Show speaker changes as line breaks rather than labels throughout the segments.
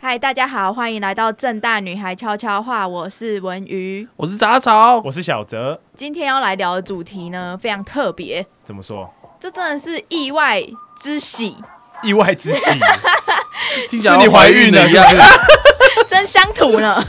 嗨，大家好，欢迎来到正大女孩悄悄话，我是文瑜。
我是杂草，
我是小泽，
今天要来聊的主题呢，非常特别，
怎么说？
这真的是意外之 喜，
意外之 喜，
听起来
是你
好像怀
怀孕了
一样。
真乡土呢。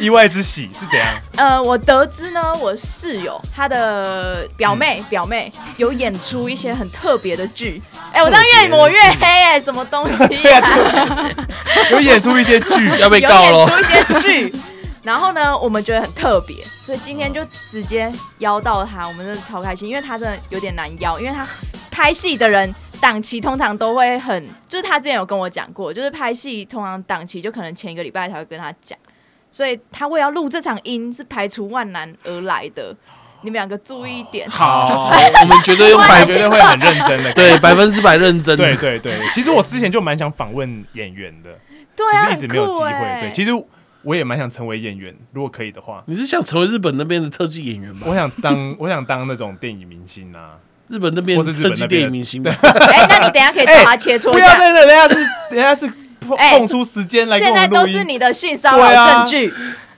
意外之喜是怎样？
呃，我得知呢，我室友她的表
嗯
妹、表妹有演出一些很特别的剧，哎、我当
特别
越抹越黑哎、什么东西、
对
啊？
啊， 有演出一些剧，
要被告
有演
喽。
出一些剧。然后呢，我们觉得很特别，所以今天就直接邀到他，我们真的超开心，因为他真的有点难邀，因为他拍戏的人档期通常都会很，就是他之前有跟我讲过，就是拍戏通常档期就可能前一个礼拜才会跟他讲，所以他为了要录这场音是排除万难而来的，你们两个注意一点。
啊
好，我们绝对用百
我觉得会很认真的。
对百分之百认真。
对，对对，其实我之前就蛮想访问演员的，
对
只
啊，
是一直没有
很
机
酷欸
会。对，其实我也蛮想成为演员，如果可以的话，
你是想成为日本那边的特技演员吧？
我想当 我想当那种电影明星啊！
日本那边
或是
特
日本
技
那边的
电影明星吧？
哎、那你等一下 可以叫他切磋
不
一
要
下，
对啊对，人家是人家是碰
哎
碰出时间来跟
现
我
在
们
都
录
是
音，
你的性骚扰
对啊
证据。
职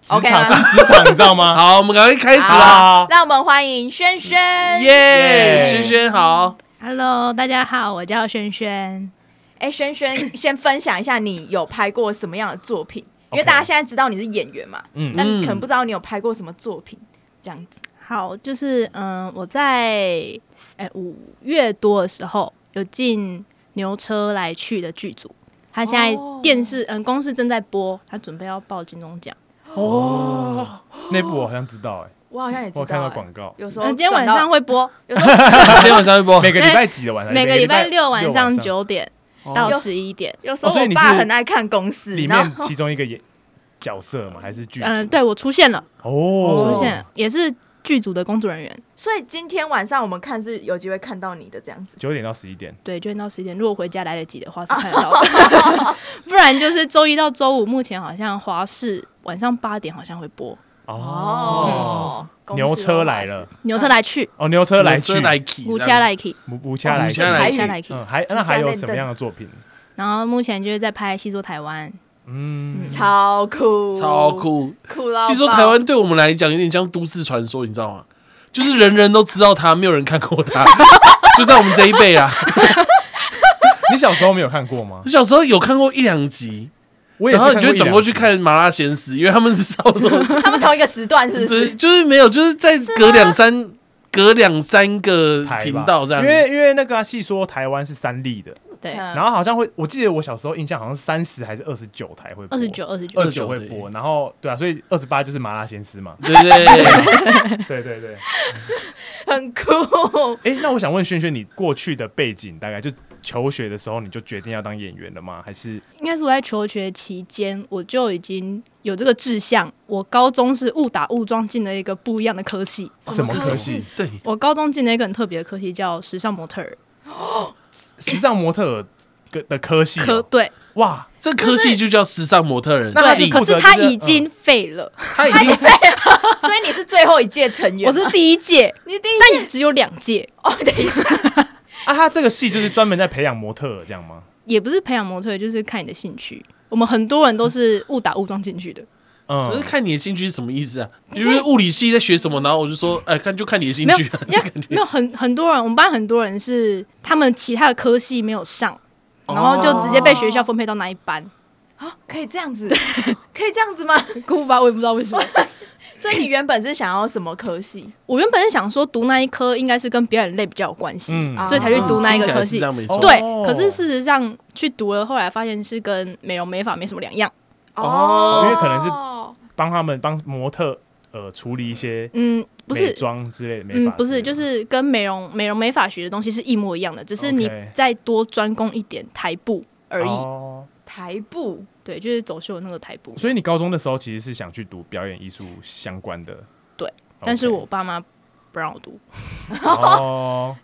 OK
场这
吗
是职场，你知 道吗？
好，我们赶快开始
好
啦！
啦，
让我们欢迎轩轩。
耶，
啊嗯耶
轩轩 好，
Hello，大家好，我叫轩轩。
哎，轩 轩，先分享一下你有拍过什么样的作品？因为
OK
大家现在知道你是演员嘛，
嗯
但
嗯
可能不知道你有拍过什么作品，这样子。
好，就是嗯、我在哎五月多的时候有进牛车来去的剧组，他现在
哦
电视嗯、公司正在播，他准备要报金钟奖。
哦，
那部我好像知道，哎，
我好像也知道、
我看到广
哎
告，
有时
嗯、
候
今天晚
转
上
到，
会播，
有时 候
今天晚上会播
每个礼拜几的晚上，
啊每个礼
拜
拜六晚
上
上九点
哦
到
有
十一点。
有时候
哦所以
我
你
爸
是
很爱看公司，
里
嗯然
面
后
其中一个演角色吗？还是剧？
嗯、对我出现了，
哦，
出现了，也是剧组的工作人员。
所以今天晚上我们看是有机会看到你的这样子。
九点到十一点，
对，九点到十一点，如果回家来得及的话是看得到的， 不然就是周一到周五，目前好像华视晚上八点好像会播《
哦，
公司
牛车
的
来
话
了
是，
牛车来去》
哦，牛车来
牛
去
车，来去，
五
这样
家来 k
无无掐来
无
去
掐，来
五
去
家来 k
嗯，还那还有什么样的作品？
然后目前就是在拍《西说台湾
嗯，
超酷，
超，酷。
酷到爆
吸收台湾对我们来讲有点像都市传说，你知道吗？就是人人都知道他，没有人看过 他，就在我们这一辈啊。
你小时候没有看 过吗
我？小时候有看过一两集，
我也
然
是
后
看
你
过
就会转过去
一两集，
看《麻辣鲜师》，因为他们是差不多，
他们同一个时段是不
就是
是？
就是没有，就是在
啊
隔两三隔两三个
台吧
频道这样
因。为因为那个啊戏说台湾是三立的，》。
对，
嗯
然后好像会，我记得我小时候印象好像三十还是二十九台会播，
二十九，二十九
二，十九会播，然后对啊，所以二十八就是麻辣鲜
，
师嘛
对对，
对对对。
很酷。
哎、那我想问轩轩，你过去的背景大概就求学的时候，你就决定要当演员了吗？还是
应该是我在求学期间我就已经有这个志向。我高中是误打误撞进了一个不一样的科系，
什么
科
科系？
对，
我高中进了一个很特别的科系，叫时尚模特儿
时尚模特儿的的科系、
科。
哦？
对，
哇，
这科系就叫时尚模特人
那他
系
对，，可
负责
是
就是嗯
他已经废了。
他已经
所以你是最后一届成员
我
吗，
是第一届，
你第一
但也只有两届，
哦，等一下，
啊，他这个系就是专门在培养模特儿这样吗？
也不是培养模特，就是看你的兴趣。我们很多人都是误打误撞进去的，
嗯
只是，看你的兴趣是什么意思啊？因为物理系在学什么，然后我就说，哎，看就看你的兴
没有
趣啊，
因为没有很很多人，我们班很多人是他们其他的科系没有上，然
哦
后就直接被学校分配到那一班。
啊，可以这样子， 可以这样子 吗？
哭吧，我也不知道为什么。
所以你原本是想要什么科系？
我原本是想说读那一科应该是跟表演类比较有关系，
嗯
啊所以才去读那一个
听起来
科
是
系
这。样没错。
对
哦，
可是事实上去读了，后来发现是跟美容美发没什么两样。
哦因为可能是
是
帮他们帮模特呃处理一些
嗯，不
美
是，
妆之类的美发之类的，，
嗯不是，就是跟美容美容美发学的东西是一模一样的，只是你
OK
再多专攻一点台步而已。
哦
台步，
对，就是走秀的那个台步。
所以你高中的时候其实是想去读表演艺术相关的，
对
OK，
但是我爸妈不让我读，
哦，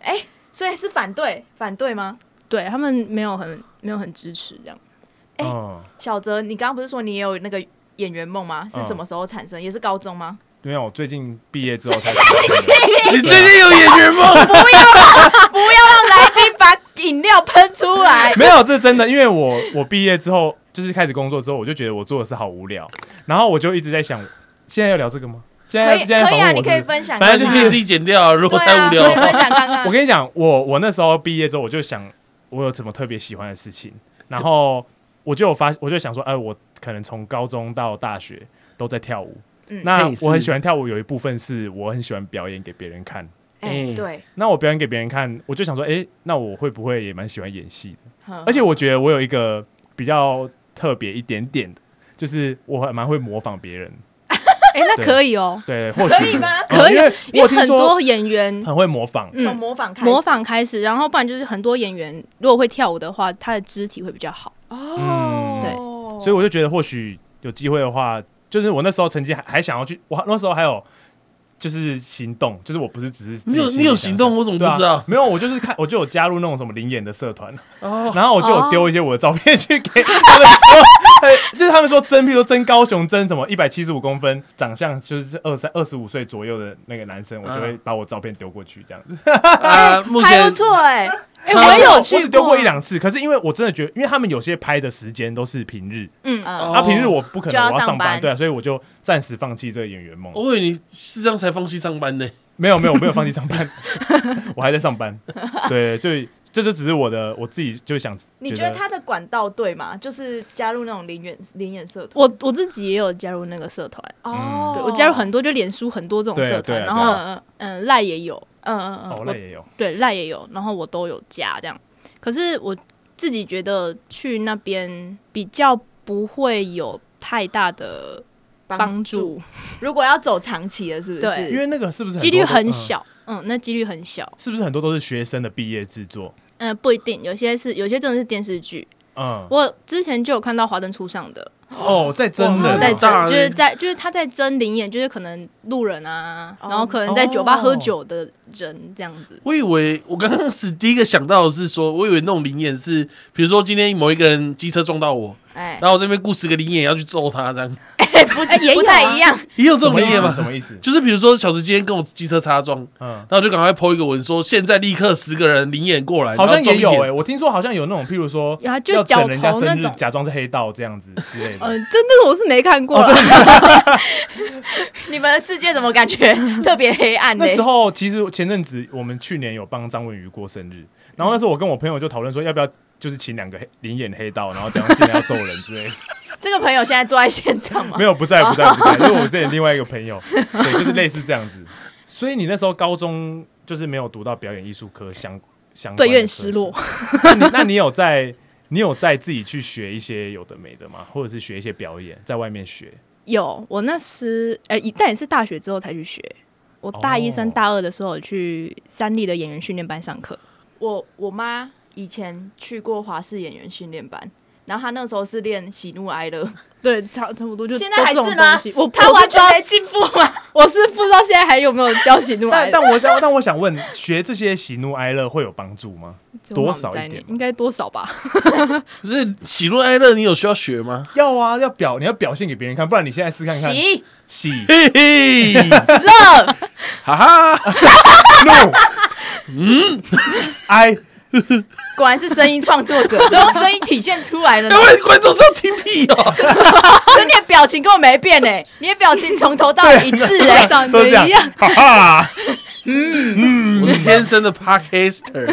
所以是反对，反对吗？
对他们没有很没有很支持这样。
哎
嗯，
小泽，你刚刚不是说你也有那个演员梦吗？是什么时候产生？也是高中吗？
没有，我最近毕业之 后才。
你最近有演员梦？
不要让来宾把影饮料喷出来
没有，这是真的，因为我我毕业之后，就是开始工作之后，我就觉得我做的事好无聊，然后我就一直在想，现在要聊这个吗？ 现
可
在
以
现在
可
访
以啊，
问
你
我是不
可以
是，
分享，
反正就可以自己剪掉啊，如果
对啊
太无聊
可以
了。
分享刚刚。
我跟你讲，我我那时候毕业之后，我就想我有什么特别喜欢的事情，然后我就有发，我就想说，哎、我可能从高中到大学都在跳舞。
嗯
那
类似
我很喜欢跳舞，有一部分是我很喜欢表演给别人看。嗯
哎，对，
那我表演给别人看，我就想说，哎、那我会不会也蛮喜欢演戏的？
嗯
而且我觉得我有一个比较特别一点点的，就是我还蛮会模仿别人。
哎、那可以哦、
对，或许
可以吗？
嗯
可以
因为
因
我
为
听
很
说
多演员
很会模仿。
嗯
从模仿开始，
模仿开始，然后不然就是很多演员如果会跳舞的话，他的肢体会比较好。
哦，
嗯
对
所
所以我就觉得或许有机会的话，就是我那时候曾经还还想要去，我那时候还有就是行动，就是我不是只是
你有
自己
你有
心
行
里想
动，我怎么
对
不
啊
知道？
没有，我就是看，我就有加入那种什么灵眼的社团，
哦，
然后我就
哦
有丢一些我的照片去给他们说，哎就是他们说真，譬如说真高雄，真什么一百七十五公分，长相就是二三二十五岁左右的那个男生，我就会把我照片丢过去这样子。
啊，目
还
前
不错哎，哎，
他
我也有
我
去
只丢过一两次，可是因为我真的觉得，因为他们有些拍的时间都是平日，
嗯，
嗯
哦
啊，平日我不可
就要
能我要
上
上
班哦
班，对啊，所以我就暂时放弃这个演员梦。
我以为你是这样才放弃上班呢。
没有没有，我没有放弃上 班，我还在上班。对，所以这就只是我的我自己就想，
你觉
觉
得他的管道对吗？就是加入那种灵眼灵眼社团
我我自己也有加入那个社团，
哦，
嗯
对我加入很多，就脸书很多这种
对啊
社团，
对啊
然
对
后
啊
嗯赖、也有，嗯嗯嗯，
哦，
我
那也有，
对赖也有，然后我都有加这样。可是我自己觉得去那边比较不会有太大的帮助，，
如果要走长期的，是不是？
对
因为那个是不是
几率
多都
很
嗯
小。嗯，那几率很小。
是不是很多都是学生的毕业制作？
嗯、不一定，有些是有些真的是电视剧。
嗯，
我之前就有看到华灯初上的，
哦，在真
哇
人
在
那当
争，
然
就是在就是他在争灵眼，就是可能路人啊，
哦
然后可能在酒吧
哦
喝酒的人这样子。
我以为我刚刚是第一个想到的是说，我以为那种灵眼是，比如说今天某一个人机车撞到我，
哦
哎
然，后我这边雇十个灵眼要去揍他，这样
哎不是
也有啊
不太一样，
也有这
什
种
么
灵
意
眼
思？
吧？
什么意思？
就是比如说小石今天跟我机车擦撞，
嗯，
然后我就赶快 po 一个文说，现在立刻十个人灵眼过来，
好像
然后撞
也
一
有
点
哎，我听说好像有那种，譬如说
有啊，就
要
是脚
整人家
头那
生日
种，，
假装是黑道这样子之类
呃，
的。
真哦的我是没看过啊啦。
你们的世界怎么感觉特别黑暗呢
那？时候其实前阵子我们去年有帮张文瑜过生日，然后那时候我跟我朋友就讨论说要不要就是请两个黑灵眼黑道，然后这样尽量要揍人之类的。
这个朋友现在坐在现场吗
没？有，不在，不在，不在，因为我这里另外一个朋 友，对，就是类似这样子。所以你那时候高中就是没有读到表演艺术科相相关的
对，有点
科系
失落。。
那你那你有在你有在自己去学一些有的没的吗？或者是学一些表演，在外面 学？
有，我那时呃，一但也是大学之后才去学。我大一
哦
升大二的时候去三立的演员训练班上课，
我我妈以前去过华视演员训练班，然后她那时候是练喜怒哀乐，
对，差差不多就
现在还
都这
是
种
吗
东西我
她
我是
完
不知
全
道
没，进步啊！
我是不知道现在还有没有教喜怒哀
但
乐
但，我想，但我想问，学这些喜怒哀乐会有帮助吗？
就
多
忘
少一
在你
点
应该多少吧？
可是喜怒哀乐，你有需要学吗？
要啊，要表你要表现给别人看，不然你现在试看看。
喜
喜
嘿嘿，
乐
哈哈，
怒， 哎嗯， 哀，
果然是声音创作 者，都用声音体现出来了呢
啊
要。不然观众是要听屁哦。
可你的表情根本没变哎，你的表情从头到尾一 致哎，
长
都
得
是这
一样
样，哈哈。
我是天生的 podcaster，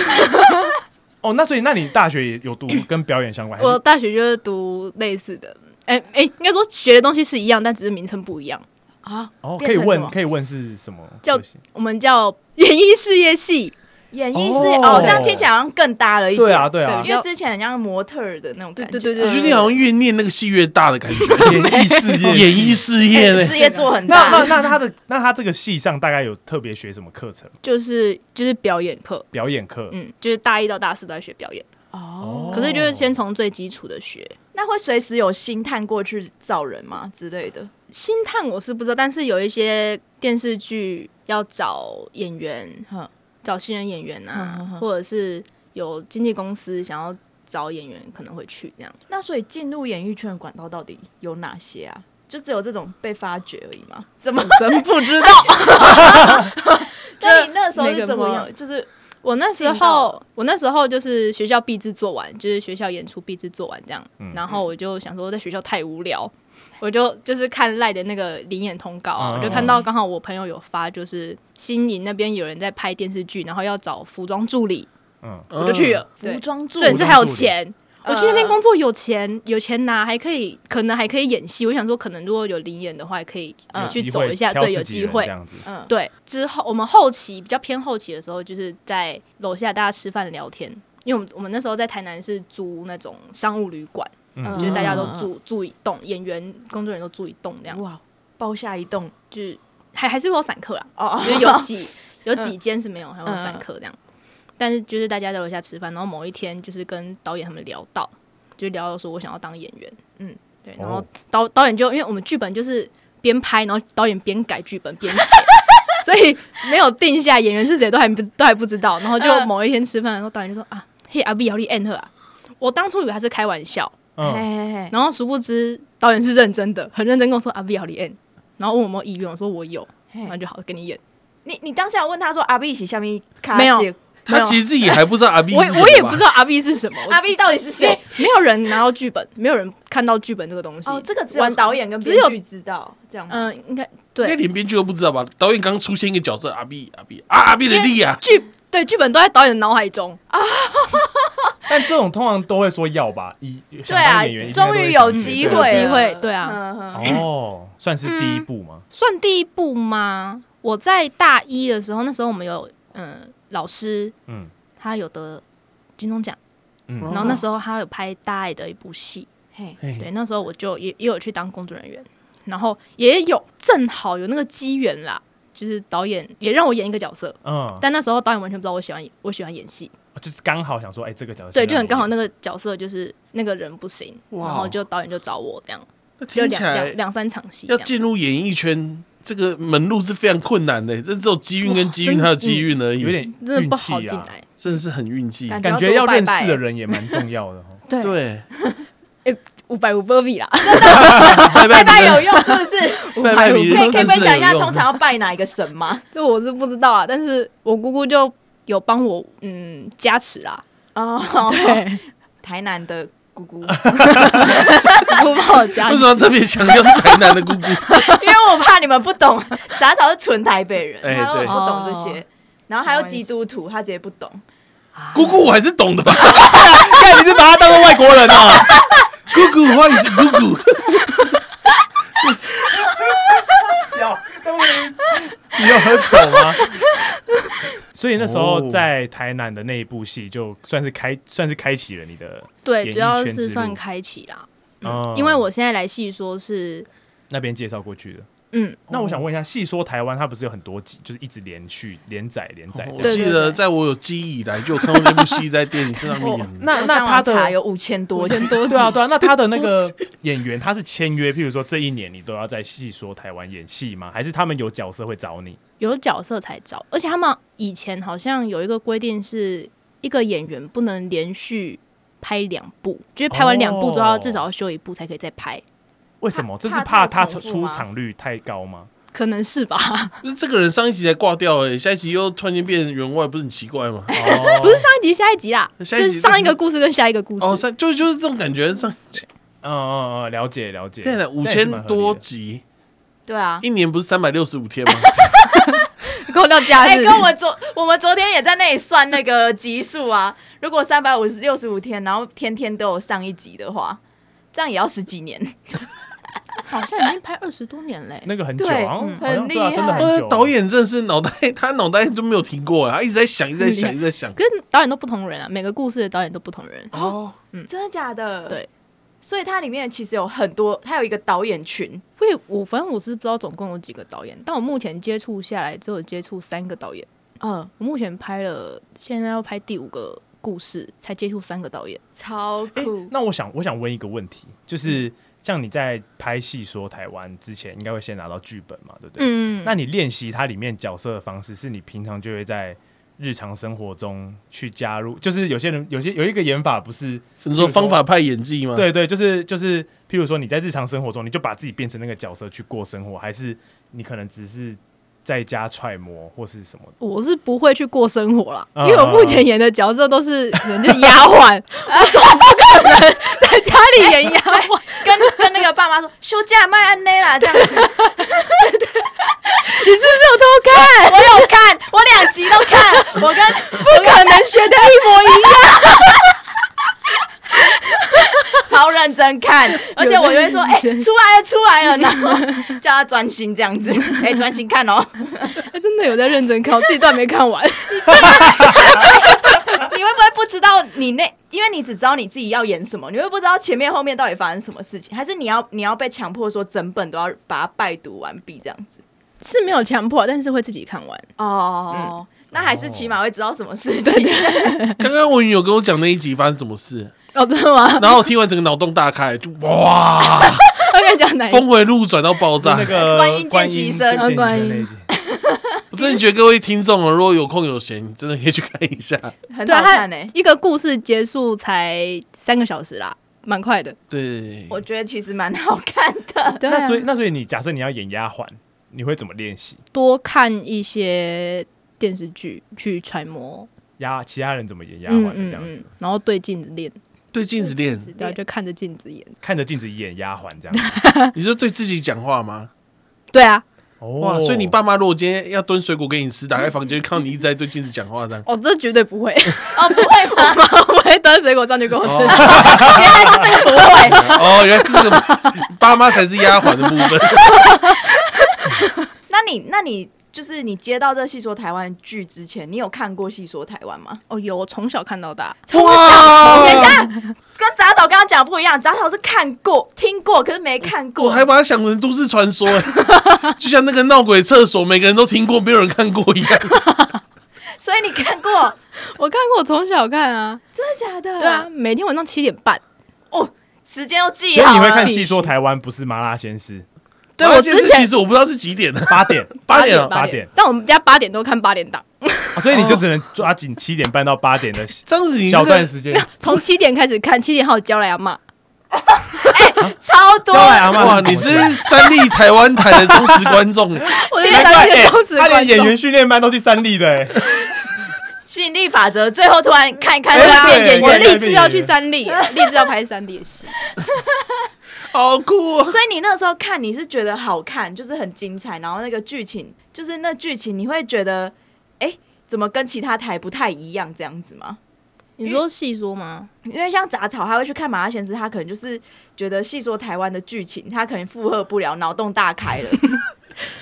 哦，那所以那你大学也有读跟表演相关？还
我
是
大学就是读类似的，哎、哎、应该说学的东西是一样，但只是名称不一样。
啊，
哦，可
变
以
成什
问
么
可以问是什么
叫
科系？
我们叫演艺事业系，
演艺是
哦
哦，这样听起来好像更搭了一点。
对啊，，对啊，
因为之前很像模特儿的那种感觉，
对对对
我觉得
对
哦
你好像越念那个戏越大的感觉，
演艺事 业，
演艺。事业
哎
呢？
事业做很
那那
大。
那他的那他这个系上大概有特别学什么课程？
就是就是表演课，
表演课，
嗯，就是大一到大四都在学表演，
哦，
可是就是先从最基础的学。
那会随时有星探过去找人吗之类的？
星探我是不知道，但是有一些电视剧要找演员，
哼
找新人演员啊，
哼哼哼
或者是有经纪公司想要找演员，可能会去这样。
那所以进入演艺圈的管道到底有哪些啊？就只有这种被发掘而已吗？怎么？
真不知道，
那你那时候是怎
每个不一
么？
样
就是
我那时
劲爆
候，我那时候就是学校毕制做完，就是学校演出毕制做完这样，
嗯
然后我就想说在学校太无聊，我就就是看赖的那个灵演通告啊，
嗯
我就看到刚好我朋友有发，就是新营那边有人在拍电视剧，然后要找服装助理，
嗯，
我
我就去。了，对
服装助
这也
理
是
服装
还有
助理
钱。我去那边工作有钱，有钱拿，还可以，可能还可以演戏。我想说，可能如果有灵演的话，也可以
嗯
有
去
机
走
会
一下，
挑
对，有
自己
机
人
会
这。样子。
嗯，
对，之后我们后期比较偏后期的时候，就是在楼下大家吃饭聊天，因为我们我们那时候在台南是租那种商务旅馆，
嗯
就是大家都
嗯
住、住一栋，演员工作人员都住一栋这样，
哇，包下一栋
就是还还是会有散客啦，啊
哦哦，
就是有几有几间是没有，还会有散
嗯
客这样。但是就是大家在楼下吃饭，然后某一天就是跟导演他们聊到，就聊到说我想要当演员，嗯，对，然后
哦
导导演就因为我们剧本就是边拍，然后导演边改剧本边写。所以没有定下演员是谁都还不都还不知道，然后就
嗯
某一天吃饭的时候，导演就说啊，嘿阿 B 姚丽 N 赫啊，我当初以为他是开玩笑，
嘿
嗯，
嘿嘿，
然后殊不知导演是认真的，很认真跟我说阿 B 姚丽 N，然后问我有没有意愿，我说我有，
嘿
然后就好跟你演。
你你当下问他说阿 B 一起下面卡
没有啊
西
他其实自己还不知道阿 B，
我
是谁吧
我也不知道阿 B 是什么，我
阿 B 到底是谁？
没有人拿到剧本，没有人看到剧本这个东西。
哦，这个只有导演跟
只有
编剧知道，这样吗？
嗯、应该
应该
对
连编剧都不知道吧？导演刚出现一个角色阿 B 阿 B 啊阿 B 的力啊，
剧对剧本都在导演的脑海中。
但这种通常都会说要吧，一
对啊，终于有
嗯
机
机
会
会
了嗯
了，
有机会对啊
嗯嗯
哦，算是第一步嘛。
算第一部吗？我在大一的时候，那时候我们有嗯、老师
嗯
他有得金钟奖，
嗯，
然
哦
后那时候他有拍大爱的一部戏，
嘿，
啊
对，那时候我就也也有去当工作人员，然后也有正好有那个机缘啦，就是导演也让我演一个角色，
嗯，
但那时候导演完全不知道我喜欢我喜欢演戏，
就是刚好想说，哎，这个角色
对，就很刚好那
个
个角色就是那个人不行，
哇
然后就导演就找我这样，
那
就
听起
两两
来
两三场戏这
要
样。
进入演艺圈这个门路是非常困难的，这只有机运跟机运，
哇真的
还有机运而已，
有点
真的
运
不好
气
进
啊
来，
真的是很运气。
感
感觉要认识的人也蛮重要的哦。
对，
对，
五百五波比啦，
拜
拜
拜
拜
你的
有用是不是？
拜拜你的
可以可以
认识的
分享一下
有用
通常要拜哪一个神 吗？
这我是不知道啊，但是我姑姑就有帮我嗯加持啦，
哦，
对，
台南的姑姑，
姑姑帮我加
为
持
什，么特别强调是台南的姑姑？
因为我怕你们不懂， 杂草是纯台北人，
哎
他
对
们不懂这些
哦。
然后还有基督徒，他直接不懂。
姑姑我还是懂的吧？
看你是把他当做外国人哦。
啊姑姑欢迎是姑姑，
哦 你有喝酒吗？所以那时候在台南的那一部戏，就算是开算是开启了你的，
对，
演艺
主要
圈之
是
路
算开启啦，
嗯
因为我现在来细说是
那边介绍过去的。
嗯，
那我想问一下，戏说台湾它不是有很多集，就是一直连续连载连载
我
这样？
记得在我有记忆以来就有看过这部戏在电影上面 演。
那
我
那
上
他
网查
的
有五千多集，
对啊对啊，那他的那个演员他是签约，譬如说这一年你都要在戏说台湾演戏吗？还是他们有角色会找你？
有角色才找，而且他们以前好像有一个规定，是一个演员不能连续拍两部，就是拍完两部之后
哦
要至少要休一部才可以再拍，
为什么？这
怕怕
是怕
他
他
重
出
复吗
出场率太高吗？
可能是吧？
那这个人上一集才挂掉哎，下一集又突然间变员外，不是很奇怪吗？
哦
不是上一集下一集啦，
下一集
是上一个故事跟下一个故事。
哦，上就就是这种感觉，上
嗯嗯嗯，了解了解。
现在五
那也是蛮
千
合理的
多集，
对啊。
一年不是三百六十五天吗？
扣掉假
哎、
日，
跟 我昨我们昨天也在那里算那个集数啊。如果三百五十六十五天，然后天天都有上一集的话，这样也要十几年。
好像已经拍二十多年嘞、
那个很久，
对
好像
嗯
好像
很
对啊，
厉
真的
害
很
呃
久。，
导演真的是脑袋， 他脑袋就没有停过，啊他一直在想，一直在想，一直在想。
可是导演都不同人啊，每个故事的导演都不同人。
哦，
嗯真的假的？
对，
所以它里面其实有很多，它有一个导演群，
因为我反正我是不知道总共有几个导演，但我目前接触下来只有接触三个导演。
嗯，
我目前拍了，现在要拍第五个故事，才接触三个导演。
超
诶
酷。
那我想，我想问一个问题，就是像你在拍戏说台湾之前，应该会先拿到剧本嘛，对不对？
嗯
那你练习它里面角色的方式，是你平常就会在日常生活中去加入，就是有些人有些有一个演法不是，
你说方法派演技吗？，
对对，就是就是，譬如说你在日常生活中，你就把自己变成那个角色去过生活，还是你可能只是在家揣摩或是什么的。
我是不会去过生活啦，
嗯
因为我目前演的角色都是人就丫鬟， 我总不可能在家里演丫 鬟，
哎跟跟那个爸妈说休假卖安内啦，这样子
你是不是有偷看？
我有看，我两集都看，我跟
不可能学的一模一样。
超认真看，而且我就会说，哎、
认真
出来了，出来了，然后叫他专心这样 子，哎、专心看哦。
真的有在认真看，我自己都还没看完。
你会不会不知道你那？因为你只知道你自己要演什么，你会不知道前面后面到底发生什么事情，还是你要你要被强迫说整本都要把它拜读完毕这样子？
是没有强迫，但是会自己看完。
哦，那还是起码会知道什么事情。
刚刚文宇有跟我讲那一集发生什么 事，
哦，真的吗？
然后我听完整个脑洞大开，就 哇，
我跟你讲哪一个
峰回路转到爆炸
哎那。个
观音见习生
观音
观音
见习那一集
我真的觉得各位听众哦，如果有空有闲，真的可以去看一下。
很
对
好
啊
看欸呢、
它一个故事结束才三个小时啦，蛮快的。
对，
我觉得其实蛮好看的。
对啊
那所以那所以你假设你要演丫鬟，你会怎么练习？
多看一些电视剧去揣摩
丫其他人怎么演
嗯
丫鬟的这样子？，
然后对镜子练，
对镜子练，
然后就看着镜子演。
看着镜子演丫鬟这样子。
你是对自己讲话吗？
对啊，。
哦
哇，所以你爸妈如果今天要蹲水果给你吃，打开房间看到你一直在对镜子讲话这样
哦，这绝对不 会，
哦，不会吗？
我会端水果上去跟我吃。
哦
原来是这个不会。
哦，原来是这个爸妈才是丫鬟的部分。
那你那你就是你接到这《戏说台湾》剧之前，你有看过《戏说台湾》吗？
哦，有，我从小看到大。
从小，等一下，跟杂草刚刚讲的不一样，杂草是看过、听过，可是没看过。
我还把它想成都市传说，哎就像那个闹鬼厕所，每个人都听过，没有人看过一样。
所以你看过，
我看过，我从小看啊。
真的假的？
对啊，，每天晚上七点半。
哦，时间都记
所以
好
你
了。
会看戏说台湾不是麻辣鲜师，
对
麻辣
我
鲜
之
师
前
其实我不知道是几点的，
八点，
八点啊
八
点
点，
但我们家八点都看八点 档，
啊所以你就只能抓紧七点半到八点的
这样子你
小
那
段
个
时间。
从七点开始看，七点还有娇来阿妈。
超多
交。来阿妈
哇，
什么
你是三立台湾台的忠实观众，哎
我是
难
三
怪哎
个忠实
他
观
连演
众
员。训练班都去三立的哎，
吸引力法则，最后突然看一看，
哎
突然变
对
演
我
员
对
了。
立志要去三 立，立志要拍三 D 的戏。
好酷哦！
所以你那时候看，你是觉得好看，就是很精彩，然后那个剧情，就是那剧情，你会觉得，哎、怎么跟其他台不太一样这样子吗？
你说戏说吗？
因为像杂草，他会去看《马拉先生》，他可能就是觉得细说台湾的剧情，他可能负荷不了，脑洞大开了。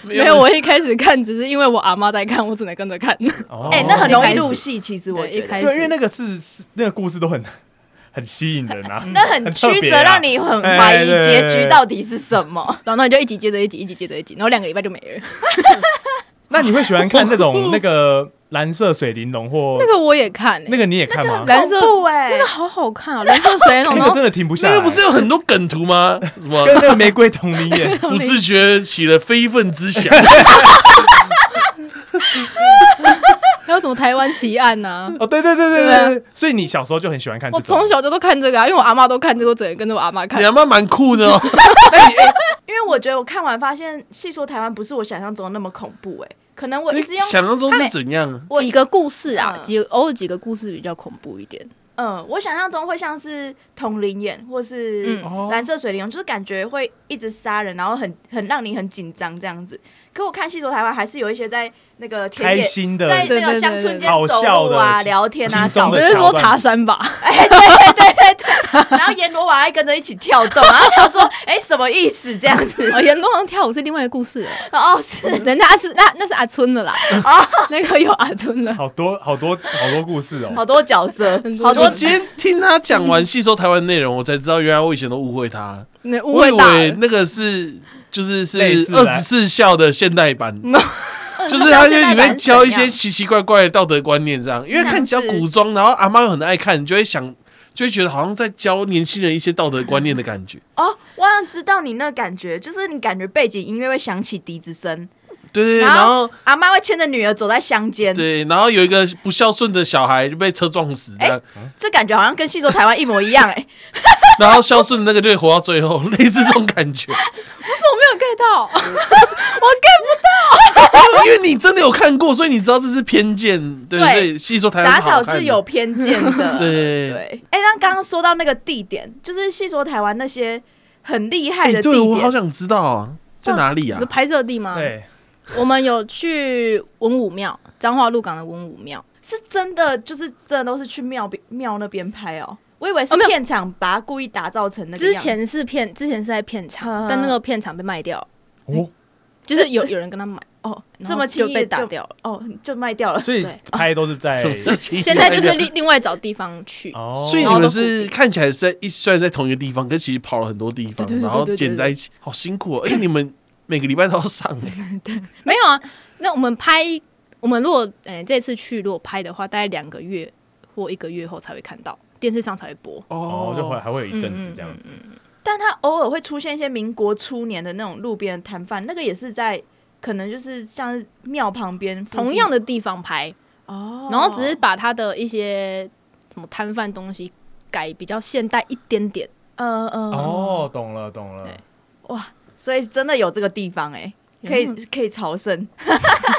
没
没有，我一开始看只是因为我阿妈在看，我只能跟着看。
哦
哎、那很容易入
一
戏，其实我
对
觉
一开
开
得
始
始
对，因为那个是是那个故事都很 很吸引人啊。
那很曲
特别
折，
啊
让你很怀疑
哎对
结
对
局
对
到底是什 么。
然后你就一集接着一集，一集接着一集，然后两个礼拜就没了。
那你会喜欢看那种那个蓝色水玲珑或
那个我也看、欸，
那个你也看吗？
蓝色
恐怖哎、
那个好好看啊，蓝色水龙
那
头
个。真的停不下来。
那个不是有很多梗图吗？什么
跟那个玫瑰同龄 眼
不自觉起了非分之想，
还有什么台湾奇案呐、
哦，对对对对
对啊
对对，所以你小时候就很喜欢看这
我
种。
从小就都看这个啊，因为我阿妈都看这个，我只能跟着我阿妈看
你。阿妈蛮酷的 哦。
因为我觉得我看完发现，细说台湾不是我想象中的那么恐怖哎、可能我一
你
直用
想象中是怎样？
我
几个故事啊，
嗯
几偶尔几个故事比较恐怖一点。
嗯，我想象中会像是铜铃眼或是
嗯
哦
蓝色水灵，就是感觉会一直杀人，然后很很让你很紧张这样子。可我看《戏说台湾》还是有一些在那个田
开
野，
心
在
的，
那个乡村间走
好
路
笑
啊、
的
聊天啊、
轻
找
松的
我
人
就是
小
说
段
茶山吧，
哎，对对对对对。然后阎罗王还跟着一起跳动，然后想说，哎，什么意思这样子？
哦，阎罗王跳舞是另外一个故 事了。
哦，是
人家是那那是阿春 的啦，哦那个有阿春的。
好多好多好多故事
好
哦。
多角色，好
好
多
我
多
今天听他讲完吸收台湾内容，我才知道原来我以前都误会他，
那误
我
会
以
大
为
了，
那个是就是是
类似的
二十四孝的现代 版， 就是
他
他就里面教一些奇奇怪怪的道德观念这 样。因为看只要
像是
古装，然后阿妈又很爱看，你就会想。就会觉得好像在教年轻人一些道德观念的感觉，
哦，我好像知道你那感觉，就是你感觉背景音乐会响起笛子声，
对对对，
然
然
后
后
阿妈会牵着女儿走在乡间，
对，然后有一个不孝顺的小孩就被车撞死这样，
这感觉好像跟《戏说台湾》一模一样哎、
然后孝顺的那个就会活到最后，类似这种感觉。
我没有 get 到，
因为你真的有看过，所以你知道这是偏见，对，
对
所以戏说台湾
杂
是好
草
看的
是有偏见的，
对
对。哎，那刚刚说到那个地点，就是细说台湾那些很厉害的地
哎欸对我好
点，嗯
想知道啊，在哪里啊
你的？拍摄地吗？，
对，
我们有去文武庙，彰化鹿港的文武庙。
是真的，就是真的都是去庙边庙那边拍哦。我以为是
哦没有
片场把它故意打造成那个
之
样子。
前是片，之前是在片场，
嗯
但那个片场被卖掉了，
哦，
就是有有人跟他买，
哦，
然后
这么轻
就
易
被
就
打掉了。
哦，就卖掉了。
所以
对哦
拍都是在
什么奇
现在就是另另外找地方去，
哦，
所以你们是看起来是在一虽然在同一个地方，可其实跑了很多地方
对对，对
然后
对对
剪在一起，好辛苦哦。而且你们每个礼拜都要上哎，
没有啊？那我们拍，我们如果诶、这次去如果拍的话，大概两个月或一个月后才会看到电视上才会播。
哦，就会还会有一阵
嗯
子
嗯
这样子，
但它偶尔会出现一些民国初年的那种路边摊贩，那个也是在可能就是像是庙旁边附近
同样的地方拍，
哦，
然后只是把他的一些什么摊贩东西改比较现代一点 点。
嗯
呃
嗯
哦，懂了懂了
对，
哇，所以真的有这个地方哎、可以可以朝圣，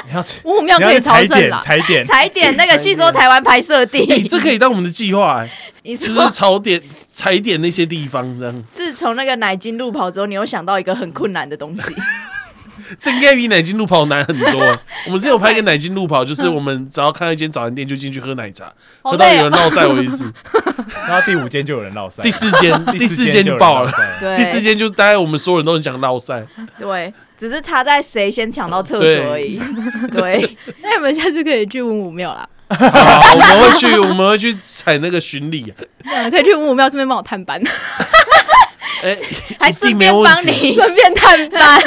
你要去
五五庙
你要
可以
去
朝
踩
圣
点
啦，
踩 点，
踩点那个戏说台湾拍摄地，
哎，这可以当我们的计划哎，
你
就
说
是踩点踩点那些地方这样，
自从那个奶金路跑之后，你又想到一个很困难的东 西，
这应该比奶金路跑难很多啊。我们之前有拍一个奶金路跑，就是我们只要看到一间早餐店就进去喝奶茶，
好
喝到
累
有
哦
人。落赛为止。
然后第五间就有人落塞，
第四 间，第四间
就有
就
人
爆
落
了，
塞，
对，
第四间就大概我们所有人都很想落赛。
对，只是差在谁先抢到厕所而已， 对，
那你们下次可以去文武庙 啦，
好，我们会去，我们会去踩那个巡礼啊。
嗯可以去文武庙顺便帮我探 班，
哎，
还
一
顺
定
便
没问
帮
题
你
顺便探班。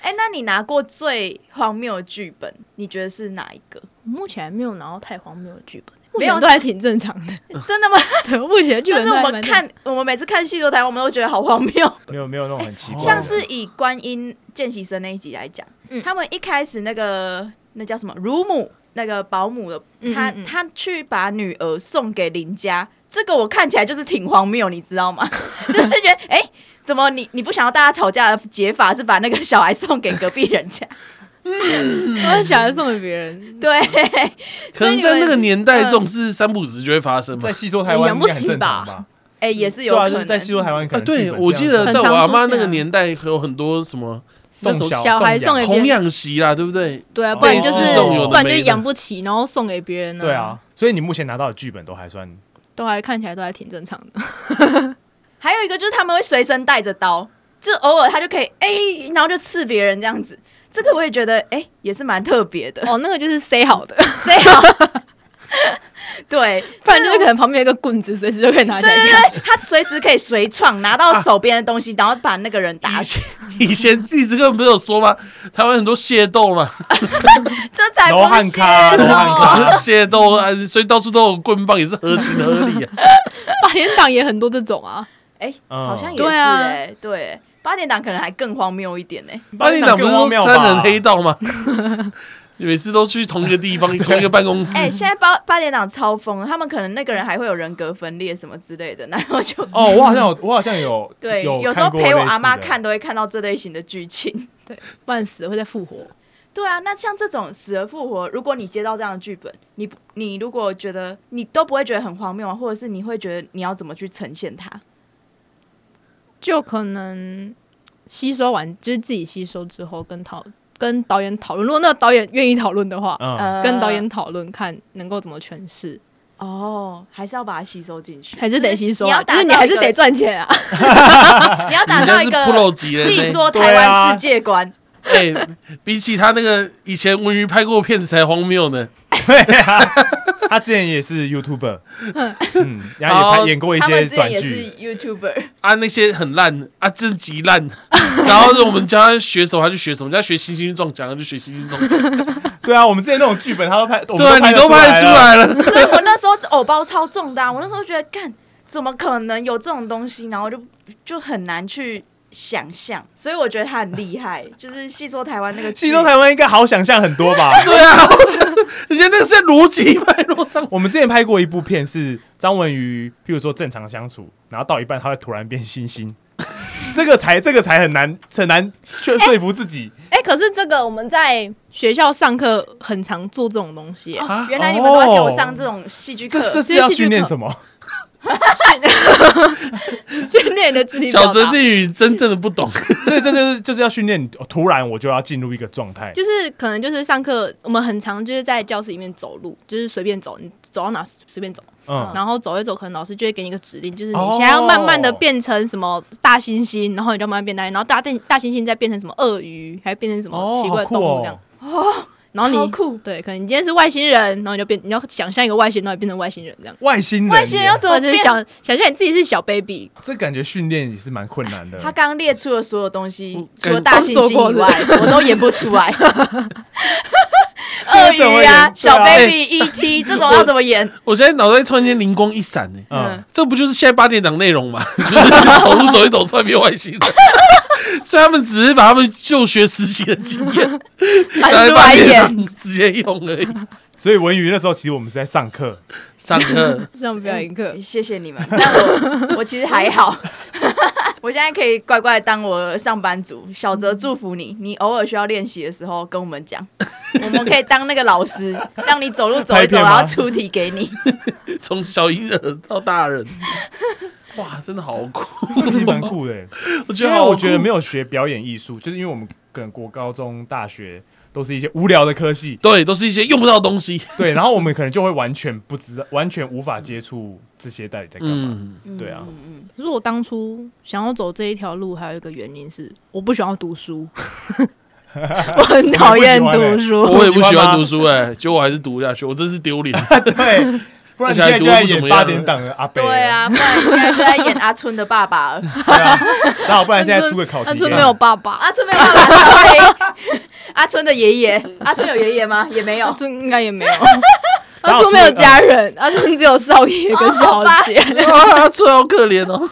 哎、那你拿过最荒谬的剧本，你觉得是哪一个？
目前还没有拿到太荒谬的剧本，
没
没
有
有都啊还挺正常的。
真的吗？
对，目前的剧
但
本
是
都还
我
蛮
们
正常的
看，我们每次看戏说台，我们都觉得好荒谬。
没有没有那种很奇怪的，
像是以观音见习生那一集来讲，
嗯
他们一开始那个那叫什么乳母，那个保姆的，
嗯
他
嗯嗯
他去把女儿送给邻家，这个我看起来就是挺荒谬，你知道吗？ 就是觉得哎。怎么你你不想要大家吵架的解法是把那个小孩送给隔壁人 家？
我很想要送给别人，
对，
可能在那个年代，这种事三不五时就会发生嘛
在。戏说台湾
养不
应该很
起
正常
吧
吧？
哎、也是有
对啊，
可
就是
能。
在戏说台湾可
啊，
能剧
对，
本
我
这样
记
子
得在我阿妈那个
很常出现啊
年代，有很多什么
送
那时候
小
小孩
送
送
养
给
童
别人，
养媳啦，对不对？
对啊，
哦
不然就是
这种有的没的
不然就是养不起，然后送给嗯别人呢。
对，啊，所以你目前拿到的剧本都还算
都还看起来都还挺正常的。
还有一个就是他们会随身带着刀，就偶尔他就可以哎、然后就刺别人这样子。这个我也觉得哎、也是蛮特别的，
哦，那个就是塞好的，
这样。哦对，
不然就是可能旁边有一个棍子，随时就可以拿起
对
来
对
用。
对，他随时可以随创拿到手边的东西，然后把那个人打 死，
以前 一直跟不是有说吗？台湾很多械斗嘛，
这才
罗汉
不是哦
咖，罗汉咖，
械斗啊，所以到处都有棍棒，也是合情合理 啊。
八点档也很多这种啊，
哎、
嗯
好像也是
对啊
哎、对，八点档可能还更荒谬一点呢、
八点档不是说
更荒谬吧
三人黑道吗？啊 每次都去同一个地方，同一个办公室。
嗯
哎、现在八八点档超疯，他们可能那个人还会有人格分裂什么之类的，然后就
哦，我好像有，我好像有，
对，
有
有时候
看过
陪我
类似
阿妈
的
看，都会看到这类型的剧情。
不然死了会再复活。
对啊，那像这种死而复活，如果你接到这样的剧本，你不你如果觉得你都不会觉得很荒谬啊，或者是你会觉得你要怎么去呈现它？
就可能吸收完，就是自己吸收之后跟讨跟导演讨论，如果那个导演愿意讨论的话，
嗯，
呃，
跟导演讨论看能够怎么诠释，
哦，还是要把它吸收进去，
还是得吸收
你要
啊，
打造一
就是嗯你
个
还是得赚钱 啊。
你要打造一个
人家是 pro 级的
细
对
说台
对
湾
啊
世界观。
哎、比起他那个以前文娱拍过片子才荒谬呢。
啊他之前也 是 YouTuber，嗯，然
好
后也拍演过一
他
些
们之前
短
也
剧，
是 YouTuber，
啊，那些很烂啊，真极烂。然后我们教他学什么，他就学什么；叫他学星星撞墙，他就学星星撞墙。
对啊，我们之前那种剧本他都 拍，我们
对啊，你都拍得
出
出
来了，
来了。
所以我那时候偶包超重的、啊，我那时候觉得干怎么可能有这种东西，然后就就很难去想象，所以我觉得他很厉害，就是细说台湾那个剧
戏中台湾应该好想象很多 吧？
对啊，我想人家那个是在逻辑脉络上。
我们之前拍过一部片是张文瑜，譬如说正常相处，然后到一半他会突然变星星， 这个才这个才很难很难去说服自己。
哎、可是这个我们在学校上课很常做这种东西、欸，
哦原来你们都要给我上这种戏剧课
啊哦这，这是
这是
要
戏剧
训练
课
什么？
训练你的肢体
小
表
泽
达，
地语真正的不懂，
所以这就是就是要训练你，突然我就要进入一个状态。
就是可能就是上课，我们很常就是在教室里面走路，就是随便走，你走到哪随便走，
嗯，
然后走一走，可能老师就会给你一个指令，就是你
哦
现在要慢慢的变成什么大猩猩，然后你就慢慢变大，然后大大大猩猩再变成什么鳄鱼，还变成什么
哦，
奇
好
怪的
酷
动物这样
哦。，
然后
超
你
酷，
对，可能你今天是外星人，然后你就变，你要想象一个外星人，然后你变成外星人这样，
外星人耶，
外星人要怎
或
么
者是
变？
想想象你自己是小 baby，
这感觉训练也是蛮困难的。
他刚刚列出的所有东西，
嗯
除
感
了大猩猩以外，我都演不出 来。鳄
这怎么
鱼
演
啊，小
对啊
baby、ET 这种要怎么演？
我现在脑袋突然间灵光一闪呢、
嗯，
这不就是现在八点档内容吗？ 就是走路走一走，突然变外星人。 所以他们只是把他们就学实习的经验
搬出来演。，
直接用而已。
所以文娱那时候其实我们是在上 课，
上课
上表演课，
谢谢你们，但我我其实还好， 我现在可以乖乖地当我上班族。小泽祝福你，你偶尔需要练习的时候跟我们讲，我们可以当那个老师，让你走路走一
拍
走，
片
然
吗
后出题给你。
从小婴儿到大人，哇，真的好酷！
其实蛮酷的耶。
我觉
因
得
为
好酷，
我觉得没有学表演艺术，就是因为我们可能国高中、大学都是一些无聊的科 系，
对，都是一些用不到的东西。
对，然后我们可能就会完全不知道，完全无法接触这些到底在干嘛。
嗯，
对啊
嗯，嗯嗯
可是我当初想要走这一条路，还有一个原因是我不喜欢读书， 我很讨厌
欸
读书。
我也不喜
喜欢吗
欢读书哎、结果我还是读下去，我真是 丢脸。
对，不然你
而且还
现在就
读得不怎
在演
么样
八点档的阿贝，
对，啊，不然你现在就在演阿春的爸爸了。
对啊，那好，不然现在出个考题
但
给
是
你，
没有爸爸，
阿春没有爸爸，sorry。阿春的爷爷， 阿春有爷爷吗？也没有
阿。春应该也 没有，
然
阿
后
春
嗯
没有家人，阿春只有少爷跟小姐。
啊，春好可怜哦。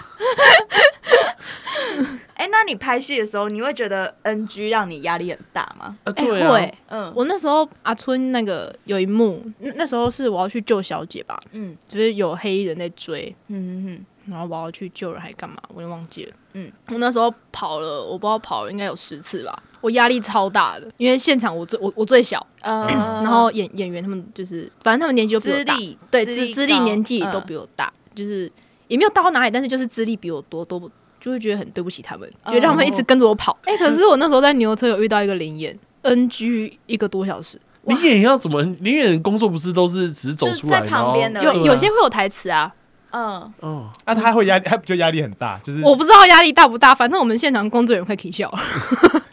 哎、那你拍戏的时候，你会觉得 NG 让你压力很大吗？
啊，
哎
对啊，
会
嗯，
我那时候阿春那个有一幕，那那时候是我要去救小姐吧，
嗯
就是有黑衣人在追，
嗯嗯
然后我要去救人还干嘛，我也忘记了。
嗯
嗯，我那时候跑了，我不知道跑了应该有十次吧，我压力超大的，因为现场我最我我最小，
嗯，呃
然后演演员他们就是，反正他们年纪都比
资
我大，
历
对资资历
高
年纪
嗯
都比我大，就是也没有大到哪里，但是就是资历比我多，多就会觉得很对不起他们，
哦
觉得他们一直跟着我跑。
嗯
哎、可是我那时候在牛车有遇到一个灵眼，NG 一个多小时，
你演要怎么？你演工作不是都是只是走
就是
出来
在旁边
然
的
后
有
对啊
有些会有台词啊，
嗯，
嗯，
啊，他会压力，他不就压力很大，就是
我不知道压力大不大，反正我们现场工作人员快起笑了，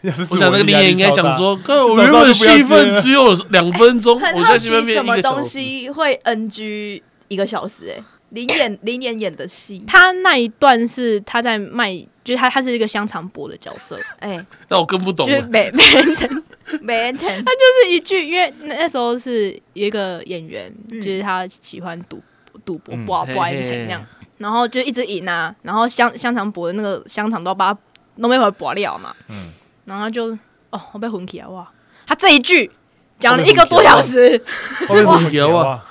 我
我想那个林演应该想， 说，看我
早知
原
道
本
就不要
戏
接
份
了
只有两分钟，
很
我现
好
在戏
奇
份变
什
一个
么
小
东
时。
西会 NG 一个小时、欸？哎，林 演林演演的戏，
他那一段是他在卖，就是他他是一个香肠伯的角色，
哎、
那我更不懂
就是
了。
每每人
没人成，
就是一句，因为那那时候是有一个演员，
嗯
就是他喜欢赌赌博，
嗯
不好
嘿
不好
嘿
成
嘿
那样，然后就一直赢啊，然后香香肠博的那个香肠都要把它弄没法拔掉嘛，
嗯
然后他就哦，我被混起来哇，他这一句讲了一个多小时，
会
不会混淆啊？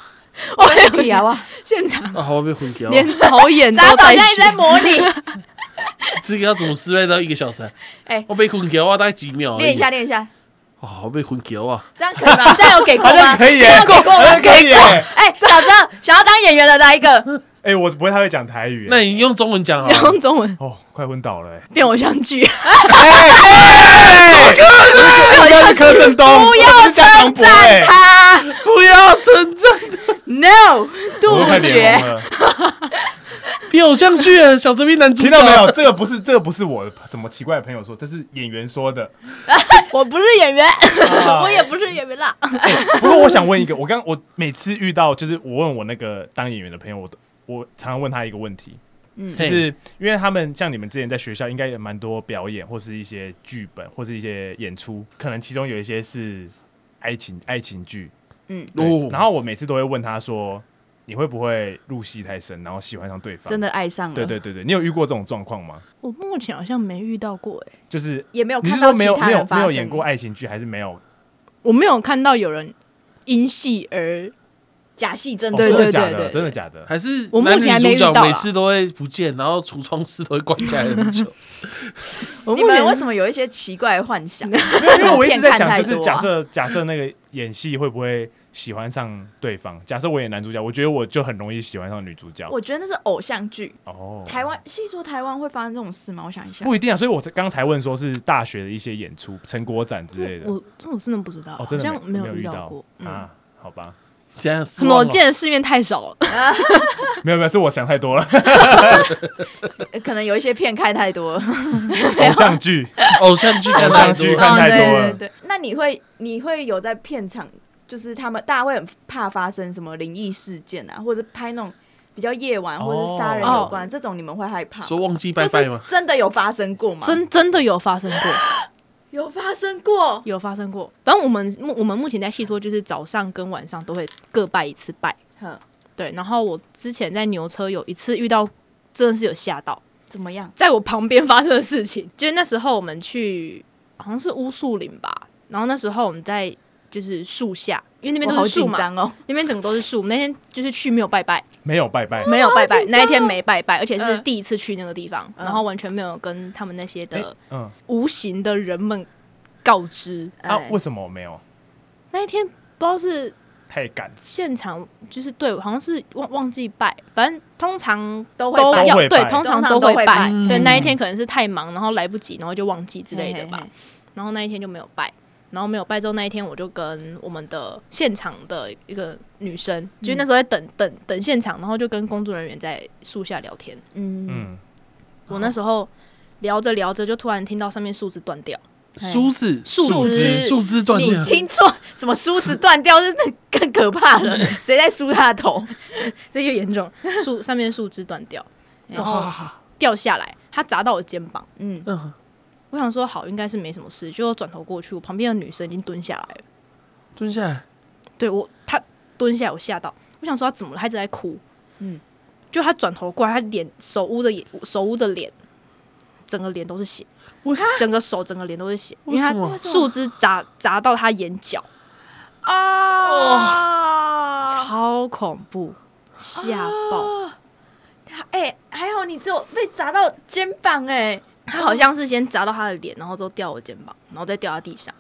我
我也聊啊，
现场
啊， 好被混淆
连
了，
导演都
渣导
在
现在在
学，
模拟，
这个要怎么失败到一个小时啊？
哎
我被混淆啊，大概几秒而已。
练一下，练一下，
哦，好被混淆啊！
这样可以 吗？这样有给过
好像
吗？
可以耶
这样有给过
好
吗？
像可以耶
哎、小张想要当演员的来一个，
哎，我不会太会讲台语耶，
那你用中文讲好
然
了
后。中文
哦，快昏倒了耶，
变偶像剧，
哎，应该是柯震东，不要称赞他，
他
不要称赞，
no 杜
我快脸
绝，
红了，
比偶像剧欸小泽兵男主角
听到没 有？？这个不是，这个不是我什么奇怪的朋友说，这是演员说的，
我不是演员，
啊
我也不是演员啦，
不过我想问一个，我刚我每次遇到就是我问我那个当演员的朋友，我都我常常问他一个问题，
嗯
就
嘿
是因为他们像你们之前在学校应该也蛮多表演或是一些剧本或是一些演出，可能其中有一些是爱情爱情剧，
嗯，
对
哦
然后我每次都会问他说，你会不会入戏太深，然后喜欢上对方？
真，的爱上了，
对对对对，你有遇过这种状况吗？
我目前好像没遇到过哎。
就是
也没有
你是
看
说
到
没
其
有
他
没有
人发
没
生
有哦演过爱情剧，还是没有？
我没有看到有人因戏而
假戏真
哦
做
对
真
对
的假
对
的？
对
真的假 的？
还是
我目
男女
前还没
主
遇
角
到啊
每次都会不见，然后橱窗室都会关起来很 久。
我
你
目
们
前
为什么有一些奇怪的幻想？
因为我一直在
片
想，
看太
就是
多啊
假设假设那个演戏会不会喜欢上对方？假设我演男主角，我觉得我就很容易喜欢上女主角。
哎我觉得那是偶像剧。
哦，
台湾，细说台湾会发生这种事吗？我想一下，
不一定啊，所以我才刚才问说是大学的一些演出、成果展之类的。
我这我真的不知道，
哦，
好
真的
像
没
有
遇
到过。嗯，
啊。好吧，
这样
可能我
见
见的世面太少了。
没有没有，是我想太多了。
呃可能有一些片看太多了。
偶像剧，
偶像剧看
偶
太
像
多
剧
了，
看太多了
哦、对对对，那你会你会有在片场，就是他们大家会很怕发生什么灵异事件啊，或者拍那种比较夜晚
哦
或者是杀人有关、这种，你们会害怕吗？
说忘记拜拜
就
吗？
是真的有发生过吗？
真真的有发生过，
有发生过，
有发生过。反正我们目我们目前在细说，就是早上跟晚上都会各拜一次拜。
哼，
对，然后我之前在牛车有一次遇到，真的是有吓到，
怎么样？
在我旁边发生的事情。就是那时候我们去，好像是乌树林吧，然后那时候我们在就是树下，因为那边
我
都
好
是树
紧
嘛，
张哦，
那边整个都是树。我们那天就是去没有拜拜，
没有拜拜。
没有拜拜，
紧张哦
那一天没拜拜，而且是
嗯
第一次去那个地方，
嗯
然后完全没有跟他们那些的
嗯，
无形的人们告知。
啊
哎，
为什么没有？
那一天不知道是
太赶，
现场，就是对，好像是忘忘记拜，反正通常
都会
都
拜
要
都会拜
对，通常
通常
会
都会
拜
拜。
对，
嗯
那一天可能是太忙，然后来不及，然后就忘记之类的吧。
嘿嘿嘿
然后那一天就没有拜，然后没有拜之后那一天我就跟我们的现场的一个女生，就是那时候在等等等现场，然后就跟工作人员在树下聊天。
嗯，
嗯，
我那时候聊着聊着，就突然听到上面树枝断掉，
梳子、
树
枝、
枝
树枝断
你
掉，
听错，什么梳子断掉是更可怕了，谁在梳他的 头？
这就严重，树上面树枝断掉，
哦
然后
哇，
掉下来，它砸到我肩膀。
嗯，
嗯，
我想说好，应该是没什么事，就转头过去，我旁边的女生已经蹲下来了，
蹲下来，
对我，她蹲下来，我吓到，我想说她怎么了，她一直在哭，嗯
嗯，
就她转头过来，她脸手捂着眼，手捂着脸，整个脸都是血，
为什
整个手整个脸都是血，因
啊为
为
什
她
么？
树枝砸砸到她眼角，
啊，
超恐怖，
啊
吓爆。
哎、还好你只有被砸到肩膀哎、
他好像是先砸到他的脸，然后之后掉我肩膀，然后再掉到地上。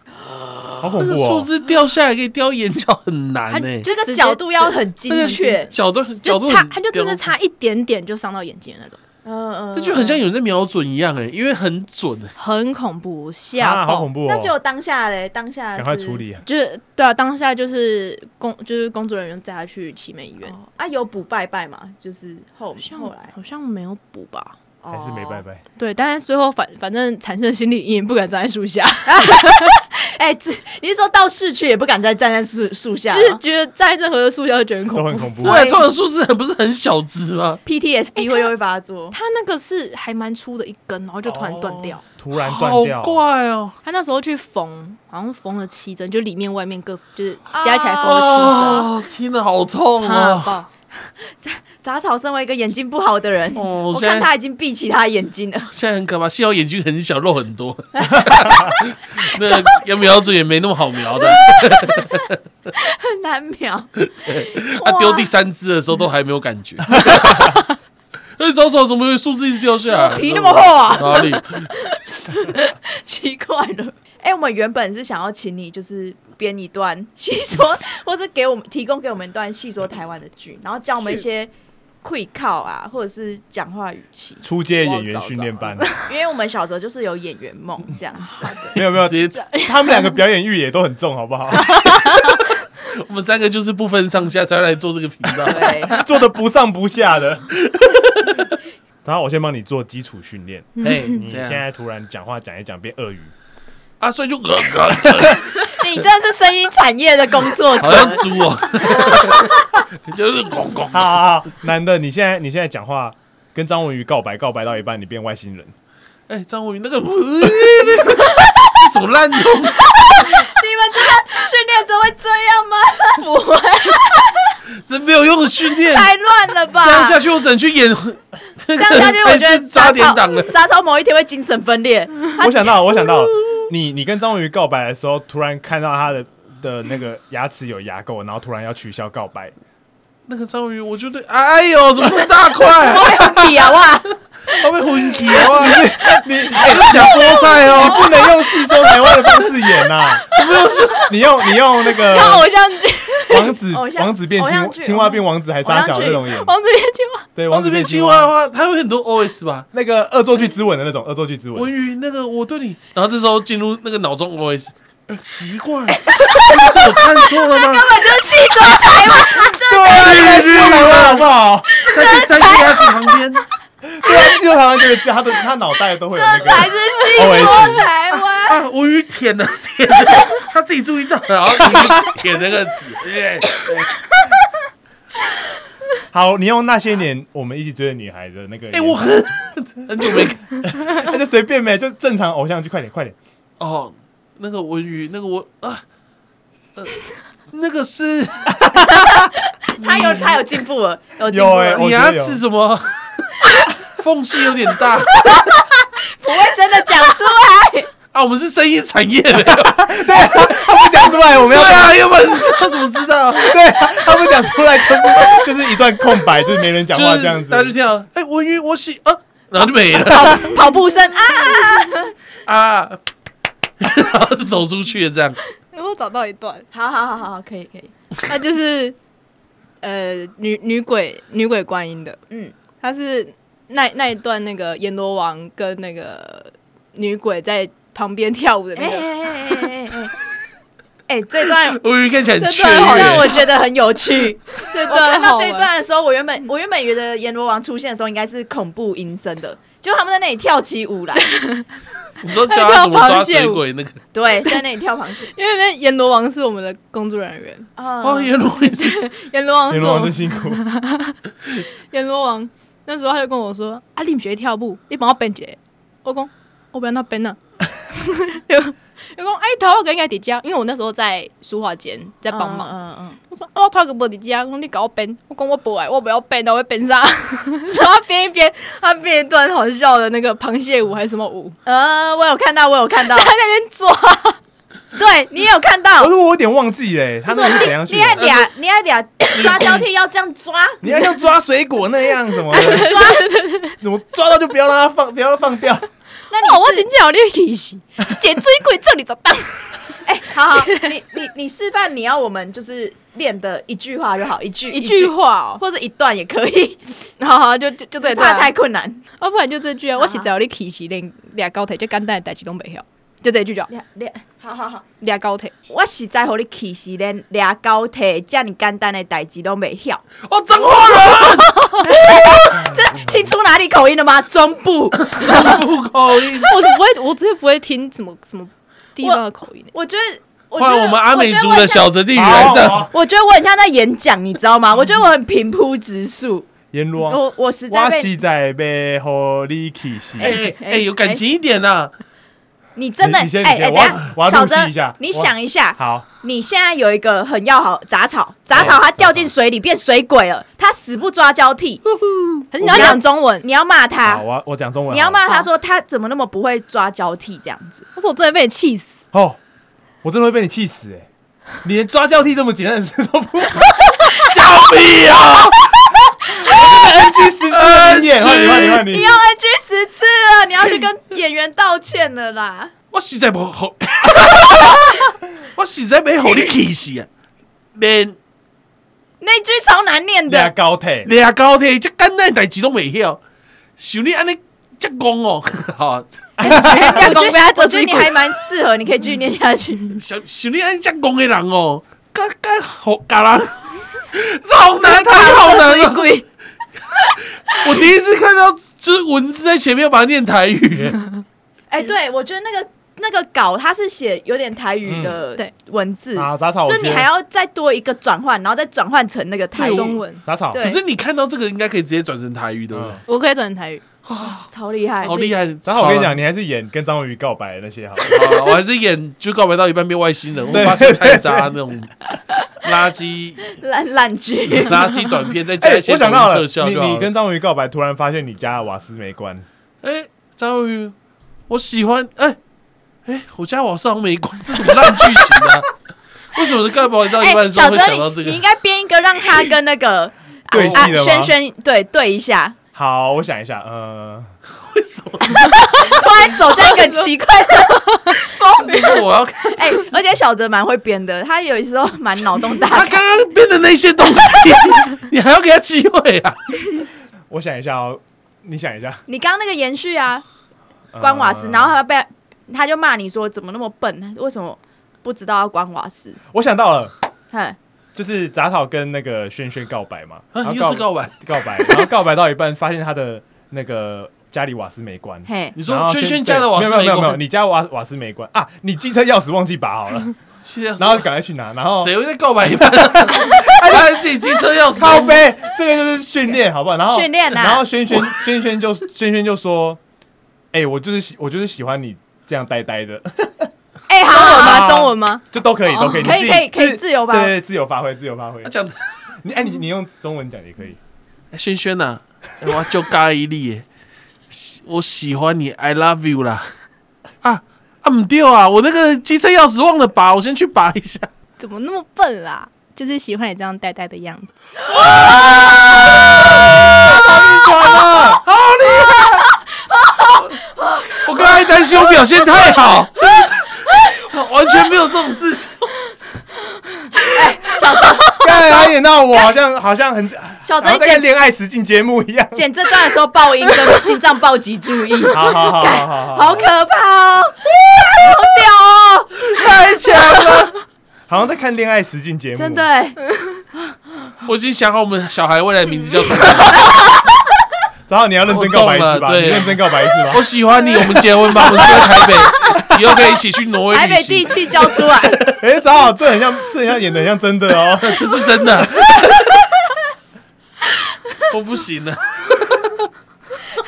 好恐
那个
怖
树
哦。
枝掉下来可以掉眼角，很难欸呢。
哎
这个
直接
角度要很精
那个
确，
角度很角
就
度
差
很，
他就真的差一点点就伤到眼睛的那种，
嗯嗯
那就很像有人在瞄准一样哎，因为很准哎。
很恐怖，吓
啊，好
爆。
恐怖
那
哦！
就当下嘞，当下
赶快
是
处理啊。
就是对啊，当下就是工就是工作人员载他去奇美医院，
哦啊，有补拜拜嘛，就是后
好像
后来哦
好像没有补吧。
还
还是没拜。拜。
对，但是最后反反正产生了心理阴影，不敢站在树 下，
哎，这你是说到市区也不敢再站在树树下
就
啊，
是觉得站在任何的树下都觉得很恐
都
怖。
很恐怖。啊
对，通常树枝很不是很小枝吗？
PTSD 会又会发作。
他那个是还蛮粗的一根，然后就突然断掉。
突然
好
断掉，
怪哦，
他那时候去缝，好像缝了七针，就里面外面各就是啊加起来缝了七针。
哦，天哪，好痛
怕
哦！
爆！
杂草身为一个眼睛不好的人，
哦，
我
现
看
在
他已经闭起他的眼睛了。
现在很可怕，幸好眼睛很小，肉很 多，那要瞄准也没那么好瞄的。
很难 瞄。
他
哇
啊丢第三只的时候都还没有感觉。 那你找找怎么有树枝一直掉下来？
皮那么厚啊
哪里？
奇怪了。哎、我们原本是想要请你就是编一段细说， 或是给我们提供给我们一段细说台湾的剧，然后教我们一些会靠啊，或者是讲话语气，
出街演员训练班，啊
因为我们小时候就是有演员梦这样子。
没有没有，
直接，
他们两个表演欲也都很重，好不 好？
我们三个就是不分上下才来做这个频道。
对，
做的不上不下的。 然后我先帮你做基础训练，
哎，
嗯
你
这
嗯现
样
在突然讲话讲一讲变鳄鱼，
啊，所以就呃呃，
你真的是声音产业的工作
好像
者，
猪哦， 就是拱拱。
好好好，男的，你现在你现在讲话跟张文宇告白，告白到一半你变 外星人，
哎，张文宇那个， 这什么烂东西？
你们这个训练者会这样吗？ 不会，
这没有用的训练，
太乱了吧？
这样下去我只能去演那
这样下去，我
个
觉
还
得
是抓
杂
点档
草
了。
杂草某一天会精神分裂。
我 想到了我想到了你你跟张文宇告白的时候，突然看到他的的那个牙齿有牙垢，然后突然要取消告白，
那个章鱼，我觉得，哎呦，怎么那么大 块？
会有啊哇！
它会昏厥啊！
你
哎，小菠菜
你
哦，
哎不能用戏说台湾的方式 演呐、不用说，你用你用那
然后
个
偶像剧，
王子
偶像
王子变
偶像
青
剧
青蛙变王子还
偶
傻
像
小
剧
那种演，
王子变青蛙，
对，
往这边青蛙的话，它有很多 OS 吧？
那个恶作剧之吻的那种恶作剧之
文
吻，
宇，那个我对你，然后这时候进入那个脑中 OS，哎奇怪， 是我看错了吗？
本就是戏说台湾，这
对啊，你来救台湾好不好？
在第三个鸭子旁边，
对啊，救台湾就是他的他脑袋都会有那
这才是
个，
戏说台湾。
啊，文宇舔了舔了，他自己注意到， 然后文宇舔那个纸， 哎
好，你用那些年我们一起追的女孩的那个，
哎，我很很久没看
那就随便呗，就正常偶像剧，快点快点，
哦，那个文宇，那个我啊，呃，那个是
他有他有进步了，有进
有
步
欸
了，
我
你
觉
牙
得有
齿怎么 缝隙有点大
不会真的讲出来。
啊？我们是声音产 业的，
他不讲出来，我们
对
要
啊，要不然他怎么知道？
对啊，他不讲出来就是就是一段空白，就是没人讲话
就是
这样子，
大家就听到，哎、文宇我喜啊，然后就没了
跑跑步声啊！
啊，然后就走出去了这样。
我找到一段，
好好好好
啊
好，可以可以，
它就是呃女女鬼女鬼观音的，
嗯，
它是那那一段那个阎罗王跟那个女鬼在旁边跳舞的
哎
那个，
哎哎哎哎，哎，这段。
文宇看起 来很
这
雀
段好
让
跃，
我觉得很有趣。
这
我 看
段
到
好
这一
玩
段的时候，我原 本我原本觉得阎罗王出现的时候应该是恐怖阴森的，结果他们在那里跳起舞 来，
你说教他怎么抓水鬼那个？
对，在那里跳螃 蟹。
因为那阎罗王是我们的工作人 员，
哦，
哦，
原来我也是
阎罗王
阎
是
罗
我
王真
们
辛苦，
阎罗王那时候他就跟我说：“啊，你不学跳舞，你帮我编一个。”我讲：“我不要那编 啊。”又又讲：“哎，头发应该伫遮，因为我那时候在书画间在帮忙。
嗯嗯
我说：“啊，我头壳无伫遮，讲你搞我编。”我讲：“我不爱，我不要编的，我要编啥？” 然后他编一编，他编一段好笑的那个螃蟹舞还是什么舞，
嗯，呃，我有看到，我有看到
他，在那边抓，
对你也有看到
我。说我有点忘记嘞，他那个是怎样去
你爱
的？
俩，你爱 俩抓交替要这样抓，
你要像抓水果那样什么的，抓怎么抓到就不要让它放，不要让它放掉。
那
哦，我
你
真
是
正有你 气死，捡水鬼这里就当。
哎，好 好，你你你示范，你要我们就是练的一句话就好，一句
一句话 哦，
或者一段也可以，
然后就就就这一段
怕太困难。
啊，不然就这句啊，
好
我是只要你起是连俩高铁，这简单的代志拢袂晓，就这一句就好，
俩俩，好好好，
俩高铁。
我实在和你气死连俩高铁这样简单的代志都没晓，
哦，脏话了，
这听出哪里口音了吗？中部，
脏不口音。
我是不会，我直接不会听什么什么地方的口音。
我觉得，我觉
换
得
我们阿美族的小。泽地
好
缘上，
好
我觉得我很像在演讲，你知道吗？我觉得我很平铺直述，
阎罗王，
我我实在
我
被
是在被和你气死。
哎
哎
哎，有感情一点啊呐。
你真的
你先
哎
你
哎，
先
等
我要我
下，小
要入戏
泽
一下，
你
我
想一下，
好，
你现在有一个很要好杂草，杂草它掉进水里变水鬼了，它死不抓交替，
可是你要讲中文，
你要骂它
好，，我要我讲中文好了。
你要骂它说它怎么那么不会抓交替这样子。
我说我真的被你气死。
哦，我真的会被你气死哎！你连抓交替这么简单的事都不 会，
笑屁啊！
去实施的经验，换你换你换你
你要 NG 十次了，啊你要去 跟演员道歉了啦。
我实在无好， 我实在没好你气死啊！连
那句超难念
俩
的，
高铁，
俩高铁，这简单的代志都未晓，像你安尼这戆哦， 哈，
人
家公被他
我觉
折自
得
己
你还蛮适合，你可以继续念下去。
像像你安尼这戆的人哦，干干好干人， 这好难，他好难
水
哦！
鬼，
我第一次看到就是文字在前面把它念台语，
哎，对我觉得那个那个稿它是写有点台语的
嗯对
文字，
啊，杂草，
所
我
以你
觉得
还要再多一个转换，然后再转换成那个台
对
语
我
中文，
杂草，
对
可是你看到这个应该可以直接转成台语，对不对
嗯？
我可以转成台语。
超厉害，
好厉害！
然后我跟你讲，
好
你还是演跟章鱼告白的那 些好了。
啦，好啦我还是演就告白到一半变外星 人，我
对
发现菜渣那种垃圾
烂烂剧。
垃圾短片，再
哎
加一，些
我
抖
想
音
到了，
特效
你
就好
你
了。
跟章鱼告白，突然发现你家的瓦斯没关，
哎，章鱼，我喜欢哎哎，我家网上没关，这什么烂剧情啊？ 为什么盖保 到一半
哎，
的时候
小
会
哲，
想到这
你
个
你？应该编一个让他跟那个
对
啊
戏的
轩
吗？
轩对对一下，
好，我想一下，呃，
为什么？
突然走向一个奇怪的风
就
格。
是我要看
哎，而且小哲蛮会编的，他有时候蛮脑洞
他
大开。
刚刚编的那些东西，你还要给他机会啊？
我想一下哦，你想一下，
你刚刚那个延续啊，
呃
关瓦斯，然后他被他就骂你说怎么那么笨，为什么不知道要关瓦斯？
我想到了，
哼，
就是杂草跟那个轩轩告白嘛，然
啊，
后
又是告白。
告白，然后告白到一半，发现他的那个家里瓦斯没关。
嘿，
你
你
说圈圈家的瓦斯
没有没有没有没有，
有，
你家瓦瓦斯没关啊，你机车钥匙忘记拔好 了，
现在
然后赶快去拿，然后
谁会在告白 一半？他还自己机车钥匙，
靠背，这个就是训练，好不好？然后
训练啊
然后轩轩轩轩就轩轩就说：“哎，我就是喜我就是喜欢你这样呆呆的，
哎，
中
好，
文
啊
吗？中文吗？
就都可以，
哦
都可以，
可以
你
可以可以
自
自由吧
对？对对自由发挥，自由发挥
他。讲
你哎，你你用中文讲也 可以。
轩轩呐，啊我叫咖喱粒耶，喜我喜欢你，I love you 啦。啊啊，唔对啊，我那个机车钥匙忘了拔，我先去拔一下。
怎么那么笨啦？就是喜欢你这样呆呆的样子。
啊我刚才担心我表现太好，完全没有这种事情。
看啊他演到我好像好像很
小哲
好
你
像在看
剪
恋爱实境节目一 样。
剪这段的时候爆音，跟心脏暴击 注意，
好好好好好
好
好，
可怕哦，好屌哦，
太强了！
好像在看恋爱实境节目，
真的。
欸
哎，
我已经想好我们小孩未来名字叫什么。
然后你要认真告白一次吧，
我中了
你
对
认真告白一次吧
我。喜欢你，我们结婚吧，我们住在台北，以后可以一起去挪威
台
旅
北地
行。
气叫出 来，
哎，正好这很像，这很像演的很像真的哦。
这是真的。 我不行了，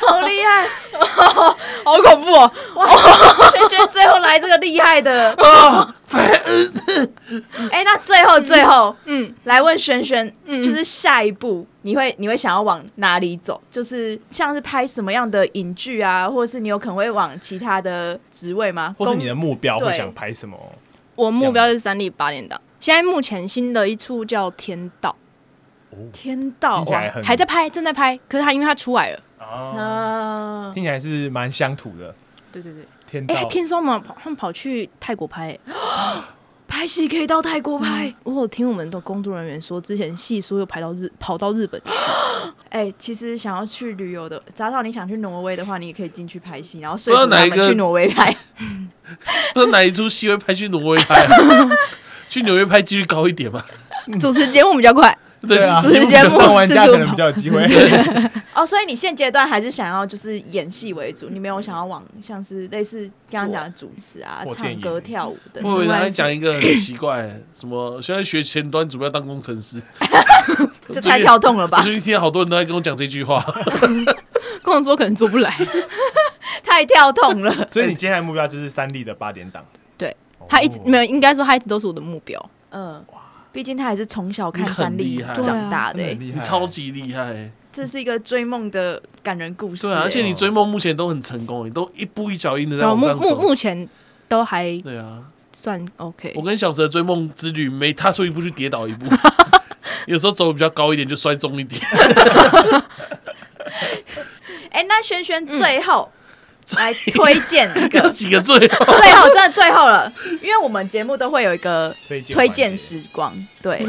好厉害！
好恐怖哦！
哇，轩轩最后来这个厉害的，
哦
哎，那最后最后
嗯，
来问轩轩，
嗯
就是下一步你会你会想要往哪里走？就是像是拍什么样的影剧啊，或者是你有可能会往其他的职位吗？
或是
公
你的目标会
对
想拍什么？
我目标是三立八连档。现在目前新的一出叫《天道
天道
听起来
啊
很》，
还在拍，正在拍。可是它因为它出来了，
哦，
啊！
听起来是蛮乡土的。
对对对，
天
哎、
道，
听说嘛，跑他们跑去泰国拍、欸。
拍戏可以到泰国拍，
我有听我们的工作人员说，之前戏说又排到日跑到日本去，
哎、其实想要去旅游的，假如你想去挪威的话，你也可以进去拍戏，然后
知
说
道
服他
哪一
们
个
去挪威拍。
不知道哪一出戏会拍去挪威拍啊？去纽约拍几率高一点嘛？
嗯
主持节目比较快。
对，
啊
就是
时间幕
当玩家
自助
可能比较有机会。
哦，所以你现阶段还是想要就是演戏为主，你没有想要往像是类似刚刚讲的主持啊
或、电
唱
影
歌、跳舞的。
我以为他在讲一个很奇怪、什么现在学前端主要当工程师，
这太跳动了
我
吧？
最近听到好多人都在跟我讲这句话，
跟我说可能做不来，
太跳动了。
所以你接下来目标就是三立的八点档。哦
对他一直没有，应该说他一直都是我的目标。
嗯，毕竟他还是从小看
你很
三
厉
立
害啊
长大的、
对，啊
欸，
厉
你
害，
超级厉害、欸。
这是一个追梦的感人故事、
对啊，
欸
而且你追梦目前都很成功、欸，都一步一脚印的在
然后
往
哦目
上
目
走。
目前都还
对啊，
算 OK
我。跟小蛇的追梦之旅，每踏出一步就跌倒一步，有时候走比较高一点就摔重一点。
哎、那轩轩最后、来推荐一个
有，几个嗯 最后
最后真的最后了，因为我们节目都会有一个
推荐
推荐
是
时光，
嗯
对，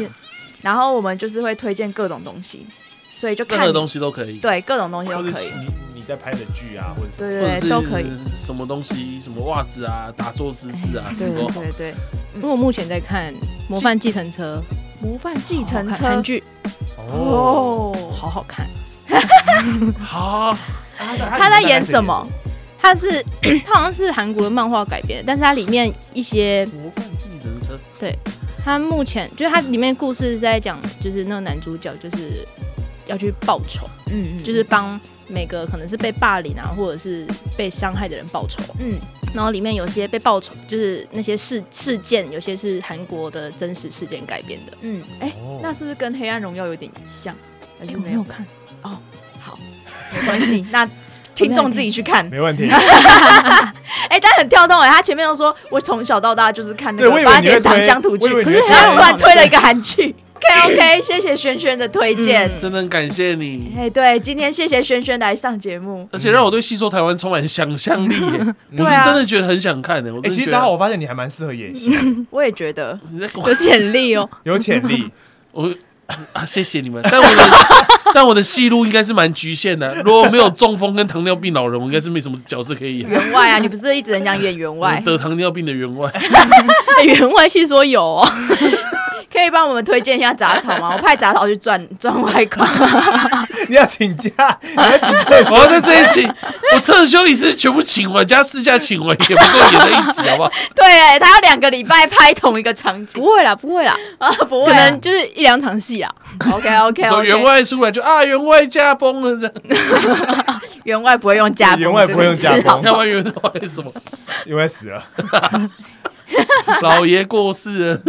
然后我们就是会推荐各种东西，所以就
任
看
何
你
东西都可以，
对各种东西都
或者
可以
是，你你在拍的剧啊，或者什么
对
或者
对
是
对都可以，
什么东西，什么袜子啊，打坐姿势啊，什
对
么都
哦
对
好。
对对，
因为我目前在看《模范计程车》，
模范计程
好看
车
韩剧
哦。
哦，
好好看。
好，
啊他
他在演什么？？
它是 它好像是韩国的漫画改编的，但是它里面一些
模范计程车，
它目前就是它里面故事是在讲，就是那个男主角就是要去报仇，
嗯嗯，
就是帮每个可能是被霸凌啊，或者是被伤害的人报仇。
嗯
然后里面有些被报仇，就是那些事事件，有些是韩国的真实事件改编的。
嗯，哎、
哦
那是不是跟《黑暗荣耀》有点像？还
哎、
是
我没有看，
好，没关系，那听众自己去看。
没问题，
哎，但很跳动哎，他前面都说我从小到大就是看那
对我
个
以为
八
你会
点档
推
乡土剧
我以，为
可
你
是
会
他
推
突然推了一个韩剧。OK OK，谢谢轩轩的推荐。
真的很感谢你，
哎，对，今天谢谢轩轩来上节目。
而且让我对戏说台湾充满想象 力耶，我
对
是
啊
真的觉得很想看的。我
哎、
真的
其实
觉
刚好
得
我发现你还蛮适合演戏，
我也觉得，
你在跟我
有潜力哦。
有潜力。
我 啊，谢谢你们，但我的但我的戏路应该是蛮局限的。啊如果没有中风跟糖尿病老人，我应该是没什么角色可以演。
员外啊，你不是一直很想演员
嗯
外？
得糖尿病的员 外，
哎员外戏说有哦，
可以帮我们推荐一下杂草 吗？我派杂草去赚赚外快。
你要请假，你要请特休
我要在这一期，我特休一次全部请完，加私下请完，也不够演的一集，好不好？
对，哎他要两个礼拜拍同一个场景
不会啦，不会啦，
啊，不
可
会啊、
能就是一两场戏啊。
OK OK
所
OK。
以员外出来就啊，员外驾崩了，这样
员外不会用加崩，
员外不会用加 崩
这个词好不
要
好
不然员外什么
因为死了。
老爷过世了，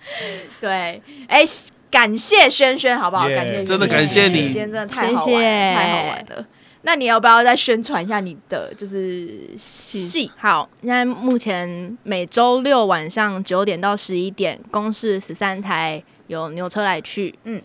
对，哎、感谢轩轩，好不好
Yeah，
感谢轩轩
真的感谢你
今天真的太好玩
谢谢
了，太好玩了。那你要不要再宣传一下你的就是戏？
戏好，现在目前每周六晚上九点到十一点，公视十三台有牛车来去，
嗯
嗯，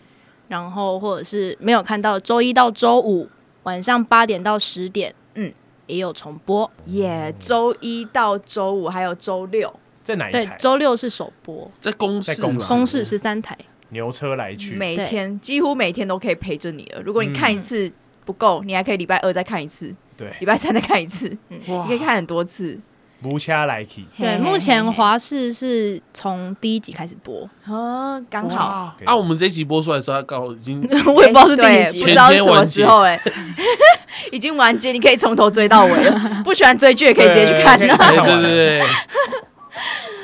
然后或者是没有看到周一到周五晚上八点到十点，
嗯
嗯，也有重播，
耶、周一到周五还有周六，
在哪一
对
台，？
周六是首播，
在公司啊
在公司
公视十三台，
牛车来去，
每天几乎每天都可以陪着你了。如果你看一次不够，你还可以礼拜二再看一次，
对，
礼拜三再看一次，你
哇
可以看很多次。
不掐来去。
对，目前华视是从第一集开始播，
哦，刚 好。
哇啊，我们这一集播出来的时候，他刚好已经
我也不知道是第
对
几
不
集，
知道是什么时候哎、 已经完结，你可以从头追到尾了。不喜欢追剧也可以直接去看啊
对
了。
对
看完
对
了
对对，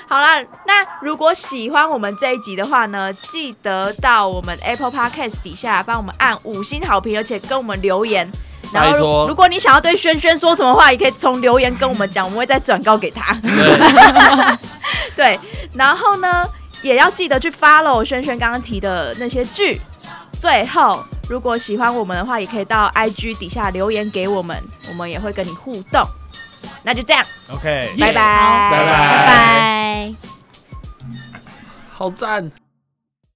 好啦，那如果喜欢我们这一集的话呢，记得到我们 Apple Podcast 底下帮我们按五星好评，而且跟我们留言。然后
拜托
如，如果你想要对轩轩说什么话，也可以从留言跟我们讲，我们会再转告给他。
对，
对，然后呢，也要记得去 follow 轩轩刚刚提的那些剧。最后，如果喜欢我们的话，也可以到 IG 底下留言给我们，我们也会跟你互动。那就这样，
OK，
拜拜，
拜
拜拜。
好赞。